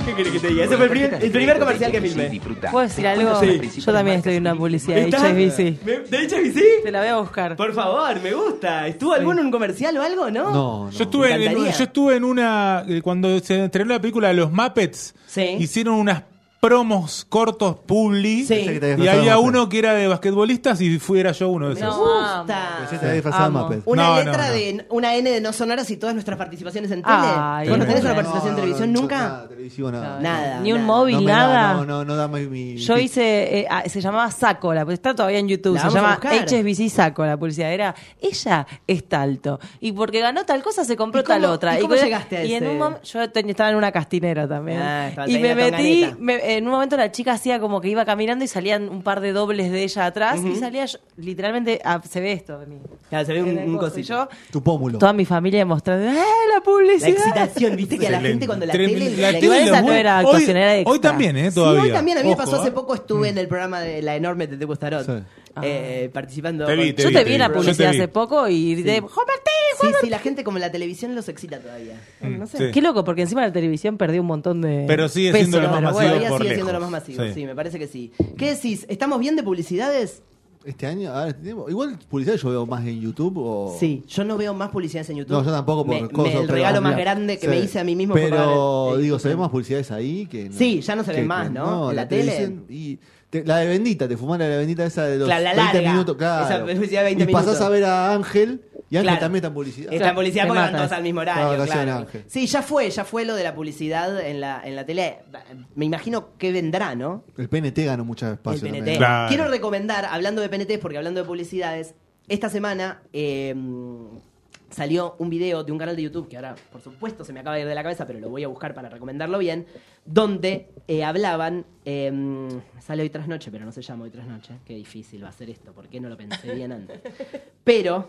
Speaker 2: ¿Qué querés que te diga? Ese fue el primer, el primer comercial que filmé.
Speaker 8: Disfruta.
Speaker 3: ¿Puedo decir algo?
Speaker 2: Sí.
Speaker 3: Yo también estoy en una publicidad de
Speaker 2: ¿Está?
Speaker 3: HSBC.
Speaker 2: ¿Me- ¿De HBC?
Speaker 3: Te la voy a buscar.
Speaker 2: Por favor, me gusta. ¿Estuvo alguno en un comercial o algo, no?
Speaker 1: No, no.
Speaker 6: Yo estuve, en,
Speaker 2: encantaría.
Speaker 6: yo estuve en una. eh, Cuando se estrenó la película de los Muppets,
Speaker 2: Sí.
Speaker 6: hicieron unas promos cortos publi.
Speaker 2: Sí.
Speaker 1: Pensé que te habías disfrazado
Speaker 6: Y había
Speaker 1: de Muppet.
Speaker 6: uno que era de basquetbolistas y fui era yo uno de
Speaker 2: Me
Speaker 6: esos.
Speaker 2: gusta.
Speaker 1: Pensé que te habías disfrazado de
Speaker 3: Amo.
Speaker 1: Muppet.
Speaker 2: Una
Speaker 6: Pues No,
Speaker 2: letra
Speaker 6: no, no.
Speaker 2: de una N de no sonoras y todas nuestras participaciones en tele.
Speaker 3: Ay,
Speaker 2: ¿Vos no tenés una
Speaker 3: no,
Speaker 2: participación en televisión
Speaker 1: no,
Speaker 2: nunca?
Speaker 1: Nada, televisión, nada.
Speaker 2: Nada.
Speaker 3: Ni un
Speaker 2: nada.
Speaker 1: No
Speaker 3: móvil,
Speaker 1: me da,
Speaker 3: nada.
Speaker 1: No, no, no dame mi.
Speaker 3: Yo hice, eh, ah, se llamaba Saco, la, está todavía en YouTube,
Speaker 2: La
Speaker 3: se
Speaker 2: vamos a
Speaker 3: llama
Speaker 2: buscar.
Speaker 3: HSBC Saco, la publicidad era, ella está alto, y porque ganó tal cosa se compró
Speaker 2: ¿Y cómo-
Speaker 3: tal otra.
Speaker 2: y cómo
Speaker 3: cuando-
Speaker 2: llegaste a
Speaker 3: y en
Speaker 2: ese?
Speaker 3: un mom- yo te- estaba en una castinera también,
Speaker 2: Ah, estaba
Speaker 3: y
Speaker 2: ahí
Speaker 3: me
Speaker 2: en la
Speaker 3: metí,
Speaker 2: tonganeta.
Speaker 3: me- en un momento la chica hacía como que iba caminando y salían un par de dobles de ella atrás, y salía yo- literalmente, ah, se ve esto de mí.
Speaker 2: Claro, se ve un,
Speaker 3: En el
Speaker 2: un
Speaker 3: coso. Y
Speaker 2: cosillo.
Speaker 3: yo,
Speaker 1: Tu pómulo.
Speaker 3: toda mi familia demostrando, ¡eh, la
Speaker 2: La
Speaker 3: publicidad!
Speaker 2: excitación, viste que a la gente
Speaker 6: Excelente.
Speaker 2: cuando la
Speaker 6: Trem-
Speaker 2: tele.
Speaker 6: la
Speaker 2: le-
Speaker 6: tele
Speaker 3: Igual
Speaker 6: lo
Speaker 3: esa no
Speaker 6: mueve.
Speaker 3: era
Speaker 6: Hoy-
Speaker 3: actuación, era extra.
Speaker 6: Hoy también, ¿eh?
Speaker 2: Sí,
Speaker 6: Todavía.
Speaker 2: hoy también a mí me
Speaker 6: Ojo,
Speaker 2: pasó hace
Speaker 6: ¿eh?
Speaker 2: poco, estuve en el programa de La Enorme de Tecustarot.
Speaker 1: Sí.
Speaker 2: eh, participando.
Speaker 6: Te vi,
Speaker 2: con-
Speaker 6: te
Speaker 3: Yo te vi
Speaker 6: te
Speaker 3: en la
Speaker 6: vi. Yo te
Speaker 3: publicidad
Speaker 6: vi.
Speaker 3: hace poco y grité, ¡Jobertín,
Speaker 2: Sí, sí, la gente como la televisión los excita todavía.
Speaker 3: No sé.
Speaker 6: Sí.
Speaker 3: Qué loco, porque encima la televisión perdió un montón de.
Speaker 6: Pero sigue
Speaker 3: peso,
Speaker 6: siendo lo más
Speaker 3: pero
Speaker 6: masivo
Speaker 2: Todavía
Speaker 6: por
Speaker 2: sigue
Speaker 6: lejos.
Speaker 2: siendo lo más masivo, sí.
Speaker 6: Sí.
Speaker 2: me parece que sí. ¿Qué decís? ¿Estamos bien de publicidades?
Speaker 1: Este año, a ver, este tiempo- igual publicidad yo veo más en YouTube o.
Speaker 2: Sí. Yo no veo más publicidades en YouTube.
Speaker 1: Oh. No, yo tampoco por
Speaker 2: Me-
Speaker 1: cosas,
Speaker 2: me- el
Speaker 1: pero-
Speaker 2: regalo más
Speaker 1: Mira,
Speaker 2: grande que
Speaker 1: sí.
Speaker 2: me hice a mí mismo fue pagar
Speaker 1: Pero,
Speaker 2: el- el
Speaker 1: digo, se ven
Speaker 2: YouTube.
Speaker 1: más publicidades ahí que. no-
Speaker 2: Sí, ya no se ven
Speaker 1: que-
Speaker 2: más, ¿no? En la
Speaker 1: televisión Y te- la de Bendita, te fumaron la de Bendita esa de los
Speaker 2: Claro, la
Speaker 1: 20
Speaker 2: larga.
Speaker 1: minutos, claro.
Speaker 2: Esa publicidad de 20
Speaker 1: y pasás
Speaker 2: minutos.
Speaker 1: a ver a Ángel y Ángel
Speaker 2: Claro.
Speaker 1: también está en publicidad.
Speaker 2: Está en
Speaker 3: Claro,
Speaker 2: publicidad
Speaker 3: te
Speaker 2: porque van
Speaker 3: mata.
Speaker 2: todos al mismo horario,
Speaker 1: Claro,
Speaker 2: claro.
Speaker 1: Graciela Ángel.
Speaker 2: Sí, ya fue, ya fue lo de la publicidad en la, en la tele. Me imagino que vendrá, ¿no?
Speaker 1: El PNT ganó mucho
Speaker 2: El
Speaker 1: espacio.
Speaker 2: PNT.
Speaker 1: también.
Speaker 6: Claro.
Speaker 2: Quiero recomendar, hablando de PNT, porque hablando de publicidades, esta semana eh, salió un video de un canal de YouTube que ahora, por supuesto, se me acaba de ir de la cabeza, pero lo voy a buscar para recomendarlo bien, donde eh, hablaban, eh, me sale hoy tras noche, pero no se llama hoy tras noche, qué difícil va a ser esto, ¿por qué no lo pensé bien antes? Pero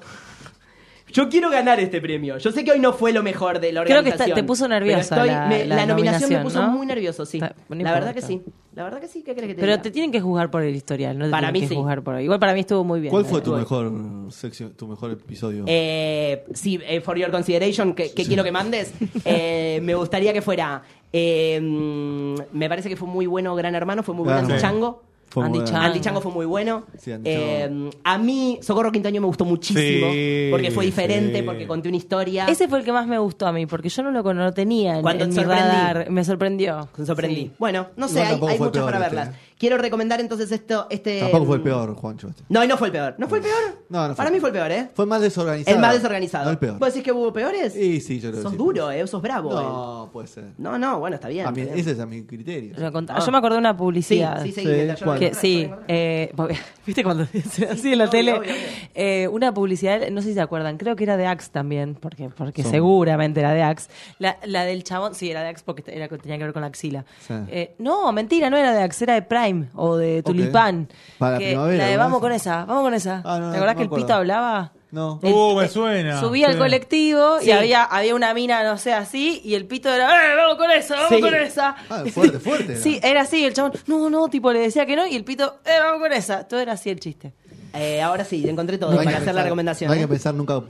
Speaker 2: yo quiero ganar este premio. Yo sé que hoy no fue lo mejor de la
Speaker 3: Creo que
Speaker 2: organización.
Speaker 3: está- te puso
Speaker 2: pero
Speaker 3: nerviosa
Speaker 2: estoy-
Speaker 3: la-
Speaker 2: me-
Speaker 3: la
Speaker 2: nominación me
Speaker 3: nominación,
Speaker 2: puso
Speaker 3: ¿no?
Speaker 2: muy nervioso, sí.
Speaker 3: Está- no
Speaker 2: la verdad que
Speaker 3: importa.
Speaker 2: sí. La verdad que sí, ¿qué crees que te
Speaker 3: Pero
Speaker 2: diga?
Speaker 3: te tienen que juzgar por el historial, no te
Speaker 2: Para
Speaker 3: tienen
Speaker 2: mí
Speaker 3: que
Speaker 2: sí.
Speaker 3: juzgar por Igual para mí estuvo muy bien.
Speaker 1: ¿Cuál fue
Speaker 3: Eh,
Speaker 1: tu
Speaker 3: estuvo-
Speaker 1: mejor sección, tu mejor episodio?
Speaker 2: Eh, sí, eh, for your consideration, que, que quiero que mandes.
Speaker 1: <laughs>
Speaker 2: Eh, me gustaría que fuera. eh, mm, me parece que fue muy bueno Gran Hermano, fue muy bueno
Speaker 1: Claro.
Speaker 2: Andy Chango.
Speaker 1: Fue muy
Speaker 2: Andy,
Speaker 1: bueno.
Speaker 2: Chango. Andy Chango fue muy bueno.
Speaker 1: Sí, Andy
Speaker 2: Eh, a mí, Socorro Quintaño me gustó muchísimo.
Speaker 3: Sí,
Speaker 2: porque fue diferente,
Speaker 3: sí.
Speaker 2: porque conté una historia.
Speaker 3: Ese fue el que más me gustó a mí, porque yo no lo, cono- no tenía en,
Speaker 2: Cuando
Speaker 3: en
Speaker 2: te
Speaker 3: mi
Speaker 2: sorprendí.
Speaker 3: radar. Me sorprendió.
Speaker 2: Me sorprendí.
Speaker 3: Sí.
Speaker 2: Bueno, no sé,
Speaker 1: Igual
Speaker 2: hay,
Speaker 1: tampoco
Speaker 2: hay
Speaker 1: fue
Speaker 2: muchas
Speaker 1: peor
Speaker 2: para
Speaker 1: este,
Speaker 2: verlas. Quiero recomendar entonces esto. Este,
Speaker 1: Tampoco fue el peor, Juancho. este.
Speaker 2: No, y no fue el peor. ¿No fue el peor?
Speaker 1: No, no fue
Speaker 2: Para
Speaker 1: el
Speaker 2: mí fue el peor, ¿eh?
Speaker 1: Fue más desorganizado.
Speaker 2: El más desorganizado.
Speaker 1: No el peor.
Speaker 2: ¿Vos decís que hubo peores?
Speaker 1: Y sí, yo creo que
Speaker 2: Sos
Speaker 1: sí.
Speaker 2: duro, ¿eh? Sos bravo. ¿eh?
Speaker 1: No, puede ser.
Speaker 2: No, no, bueno, está bien.
Speaker 1: A mí-
Speaker 2: está bien.
Speaker 1: Ah, ese es a mi criterio.
Speaker 3: Lo cont-
Speaker 2: Ah.
Speaker 3: Yo me acordé de una publicidad.
Speaker 2: Sí, sí, seguí, Sí, Natalia, yo lo ¿cuál?
Speaker 3: Que-
Speaker 2: encontré,
Speaker 3: sí, eh, <laughs> porque- ¿Viste cuando se así en la
Speaker 2: obvio,
Speaker 3: tele?
Speaker 2: obvio, obvio.
Speaker 3: Eh, una publicidad, no sé si se acuerdan, creo que era de Axe también, porque, porque
Speaker 12: Son.
Speaker 3: seguramente era de Axe. La, la del chabón, sí, era de Axe porque era, tenía que ver con la axila.
Speaker 12: Sí.
Speaker 3: Eh, no, mentira, no era de Axe, era de Prime o de Tulipán.
Speaker 1: Para
Speaker 3: que-
Speaker 1: primavera,
Speaker 3: La de
Speaker 1: ¿no?
Speaker 3: vamos con esa, vamos con esa.
Speaker 1: no,
Speaker 3: ¿Te
Speaker 1: no
Speaker 3: acordás que
Speaker 1: me
Speaker 3: el
Speaker 1: acuerdo.
Speaker 3: pito hablaba?
Speaker 1: No.
Speaker 6: Uh, me suena.
Speaker 3: Subía eh, al
Speaker 6: Sí.
Speaker 3: colectivo
Speaker 2: Sí.
Speaker 3: y había, había una mina, no sé, así, y el pito era, "Eh, vamos con esa, vamos
Speaker 2: Sí.
Speaker 3: con esa.
Speaker 1: Ah, fuerte, fuerte.
Speaker 3: Sí, era así, el chabón, no, no, tipo le decía que no y el pito, eh, vamos con esa. Todo era así el chiste.
Speaker 2: Eh, ahora sí, encontré todo
Speaker 1: No hay que
Speaker 2: para hacer la
Speaker 1: pensar-
Speaker 2: recomendación.
Speaker 1: No hay
Speaker 2: ¿eh?
Speaker 1: que pensar nunca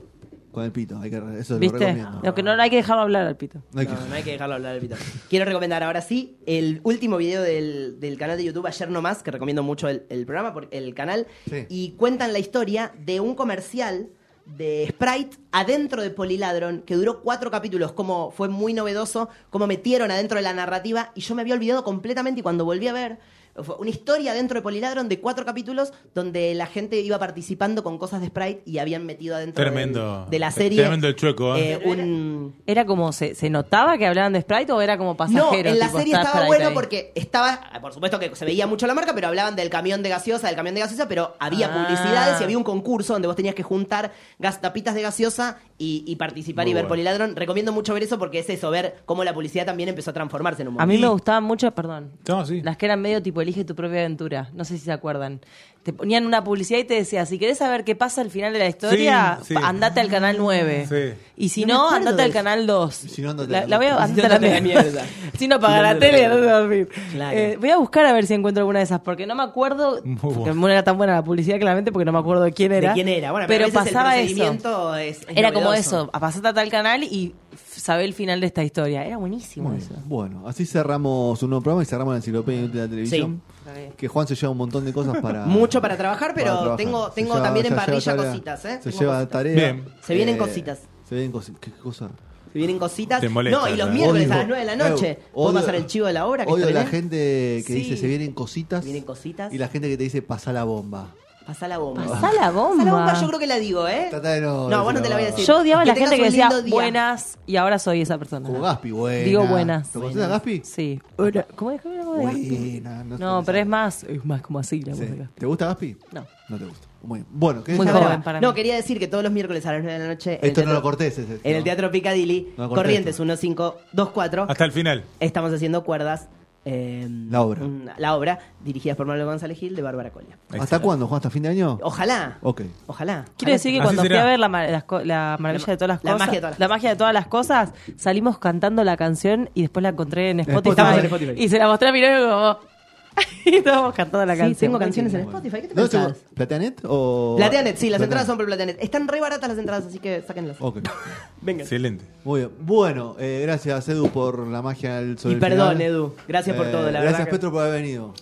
Speaker 1: con el pito. Hay que, eso lo
Speaker 3: ¿Viste?
Speaker 1: recomiendo.
Speaker 3: Lo que no, no hay que dejarlo hablar al pito.
Speaker 1: No hay que-
Speaker 2: No, no hay que dejarlo hablar el pito. Quiero recomendar ahora sí el último video del, del canal de YouTube, ayer nomás, que recomiendo mucho el, el programa, por- el canal.
Speaker 1: Sí.
Speaker 2: Y cuentan la historia de un comercial de Sprite adentro de Poliladron, que duró cuatro capítulos, como fue muy novedoso, cómo metieron adentro de la narrativa, y yo me había olvidado completamente, y cuando volví a ver, fue una historia adentro de Poliladron de cuatro capítulos, donde la gente iba participando con cosas de Sprite y habían metido adentro del-
Speaker 6: Tremendo.
Speaker 2: de la serie
Speaker 6: Tremendo el chueco. ¿eh?
Speaker 2: eh, un...
Speaker 3: ¿Era como, se, se notaba que hablaban de Sprite o era como pasajero?
Speaker 2: No, en la
Speaker 3: tipo,
Speaker 2: serie
Speaker 3: está
Speaker 2: estaba
Speaker 3: Sprite
Speaker 2: bueno
Speaker 3: ahí?
Speaker 2: porque estaba, ah, por supuesto que se veía mucho la marca, pero hablaban del camión de gaseosa, del camión de gaseosa, pero había
Speaker 3: Ah.
Speaker 2: publicidades y había un concurso donde vos tenías que juntar gas, tapitas de gaseosa y, y participar
Speaker 6: Muy
Speaker 2: y ver
Speaker 6: bueno.
Speaker 2: Poliladron. Recomiendo mucho ver eso porque es eso, ver cómo la publicidad también empezó a transformarse en un
Speaker 3: A
Speaker 2: momento.
Speaker 3: mí me gustaban mucho, perdón,
Speaker 6: No, sí.
Speaker 3: las que eran medio tipo elige tu propia aventura. No sé si se acuerdan. Te ponían una publicidad y te decía, si querés saber qué pasa al final de la historia,
Speaker 6: Sí, sí.
Speaker 3: andate al canal 9.
Speaker 6: Sí.
Speaker 3: Y si
Speaker 1: No me
Speaker 3: no,
Speaker 1: acuerdo
Speaker 3: andate
Speaker 1: de
Speaker 3: al
Speaker 1: eso.
Speaker 3: canal 2.
Speaker 1: Si no, andate
Speaker 3: la,
Speaker 1: al
Speaker 3: la voy a
Speaker 1: otro.
Speaker 3: andate
Speaker 2: Si no,
Speaker 3: a la
Speaker 2: andate a la
Speaker 3: mierda.
Speaker 2: mierda.
Speaker 3: <laughs> si no apagar la
Speaker 2: andate a la
Speaker 3: tele,
Speaker 2: mierda.
Speaker 3: andate a dormir.
Speaker 2: Claro.
Speaker 3: Eh, voy a buscar a ver si encuentro alguna de esas, porque no me acuerdo.
Speaker 6: Muy
Speaker 3: porque
Speaker 6: bueno.
Speaker 3: no era tan buena la publicidad, claramente, porque no me acuerdo de quién era.
Speaker 2: ¿De quién era? Bueno,
Speaker 3: pero,
Speaker 2: a veces
Speaker 3: pasaba
Speaker 2: el
Speaker 3: eso.
Speaker 2: procedimiento es- es
Speaker 3: Era como
Speaker 2: novedoso.
Speaker 3: eso, pasate a tal canal y f- sabé el final de esta historia. Era buenísimo
Speaker 1: Muy bien.
Speaker 3: eso.
Speaker 1: Bueno, así cerramos un nuevo programa y cerramos la enciclopedia Inútil de la televisión. Que Juan se lleva un montón de cosas para.
Speaker 2: <laughs> Mucho para trabajar, pero
Speaker 1: para trabajar.
Speaker 2: tengo,
Speaker 1: Se
Speaker 2: tengo
Speaker 1: lleva-
Speaker 2: también
Speaker 1: ya
Speaker 2: en
Speaker 1: lleva
Speaker 2: parrilla
Speaker 1: tarea.
Speaker 2: cositas, ¿eh?
Speaker 1: Se
Speaker 2: Tengo
Speaker 1: lleva
Speaker 2: cositas.
Speaker 1: tarea. Eh,
Speaker 6: Bien.
Speaker 2: Se vienen cositas.
Speaker 1: Se vienen cositas. ¿Qué cosa?
Speaker 2: Se vienen cositas.
Speaker 6: Te molesta,
Speaker 2: no, y los
Speaker 6: ¿verdad?
Speaker 2: miércoles a
Speaker 1: Odio.
Speaker 2: las
Speaker 1: Eh,
Speaker 2: 9 de la noche.
Speaker 1: Odio.
Speaker 2: ¿Puedo pasar el chivo de la obra? que
Speaker 1: Odio la
Speaker 2: estrené?
Speaker 1: gente que dice
Speaker 2: Sí.
Speaker 1: se vienen cositas.
Speaker 2: Vienen cositas.
Speaker 1: Y la gente que te dice pasa la bomba.
Speaker 2: Pasá la bomba.
Speaker 3: Pasá la bomba.
Speaker 2: Pasá la bomba, yo creo que la digo, ¿eh?
Speaker 1: Trata de no.
Speaker 2: No,
Speaker 1: decir
Speaker 2: vos no te la voy
Speaker 1: bomba.
Speaker 2: a decir.
Speaker 3: Yo odiaba a
Speaker 2: Que
Speaker 3: la gente que
Speaker 2: tengas un
Speaker 3: decía
Speaker 2: lindo día.
Speaker 3: buenas y ahora soy esa persona.
Speaker 1: Como Gaspi, buena.
Speaker 3: Digo buenas.
Speaker 1: ¿Lo conoces a Gaspi?
Speaker 3: Sí. Hola. ¿Cómo es? ¿Cómo es? ¿Cómo es?
Speaker 1: Buena. sé
Speaker 3: No,
Speaker 1: cómo
Speaker 3: pero
Speaker 1: se
Speaker 3: es más, es más como así la
Speaker 1: llama.
Speaker 3: voz
Speaker 1: Sí.
Speaker 3: de Gaspi.
Speaker 1: ¿Te gusta Gaspi?
Speaker 3: No.
Speaker 1: No te gusta. Muy bien. Bueno, ¿qué
Speaker 3: Muy
Speaker 1: decías?
Speaker 2: Pará,
Speaker 3: joven para
Speaker 2: No,
Speaker 3: mí.
Speaker 2: quería decir que todos los miércoles a las 9 de la noche. en el
Speaker 1: Esto no
Speaker 2: teatro-
Speaker 1: lo cortés. ese,
Speaker 2: En
Speaker 1: ¿no?
Speaker 2: el Teatro Picadilly,
Speaker 1: No lo corté
Speaker 2: Corrientes
Speaker 1: esto.
Speaker 2: 1524,
Speaker 6: Hasta el final.
Speaker 2: estamos haciendo cuerdas. eh,
Speaker 1: La obra.
Speaker 2: una- la obra, dirigidas por Manuel González Gil, de Bárbara Colia.
Speaker 1: ¿Hasta cuándo, Juan? ¿Hasta fin de año?
Speaker 2: Oh. Ojalá.
Speaker 1: Ok.
Speaker 2: Ojalá.
Speaker 3: Quiero decir que
Speaker 6: Así
Speaker 3: cuando fui
Speaker 6: será.
Speaker 3: a ver la, ma- las co- la maravilla de todas las
Speaker 2: Ah, la
Speaker 3: cosas,
Speaker 2: magia de todas las
Speaker 3: la magia de todas las cosas, salimos cantando la canción y después la encontré en Spotify.
Speaker 2: Estamos en Spotify.
Speaker 3: Y se la mostré a mi novio como... <laughs> y estábamos cantando la
Speaker 2: Sí,
Speaker 3: canción.
Speaker 2: tengo
Speaker 3: Muy
Speaker 2: canciones en
Speaker 3: lindo.
Speaker 2: Spotify. ¿Qué te
Speaker 1: ¿Dónde
Speaker 2: pensás?
Speaker 1: se- ¿Plateanet o...?
Speaker 2: Plateanet, sí, las
Speaker 1: Plateanet.
Speaker 2: entradas son por Plateanet. Están re baratas las entradas, así que sáquenlas.
Speaker 1: Ok.
Speaker 2: Vengan.
Speaker 6: Excelente.
Speaker 1: Muy bien. Bueno, eh, gracias Edu por la magia del sobre
Speaker 2: Y
Speaker 1: el
Speaker 2: perdón,
Speaker 1: final.
Speaker 2: Edu. Gracias por
Speaker 1: Eh,
Speaker 2: todo, la verdad.
Speaker 1: Gracias
Speaker 2: que-
Speaker 1: Petro por haber venido.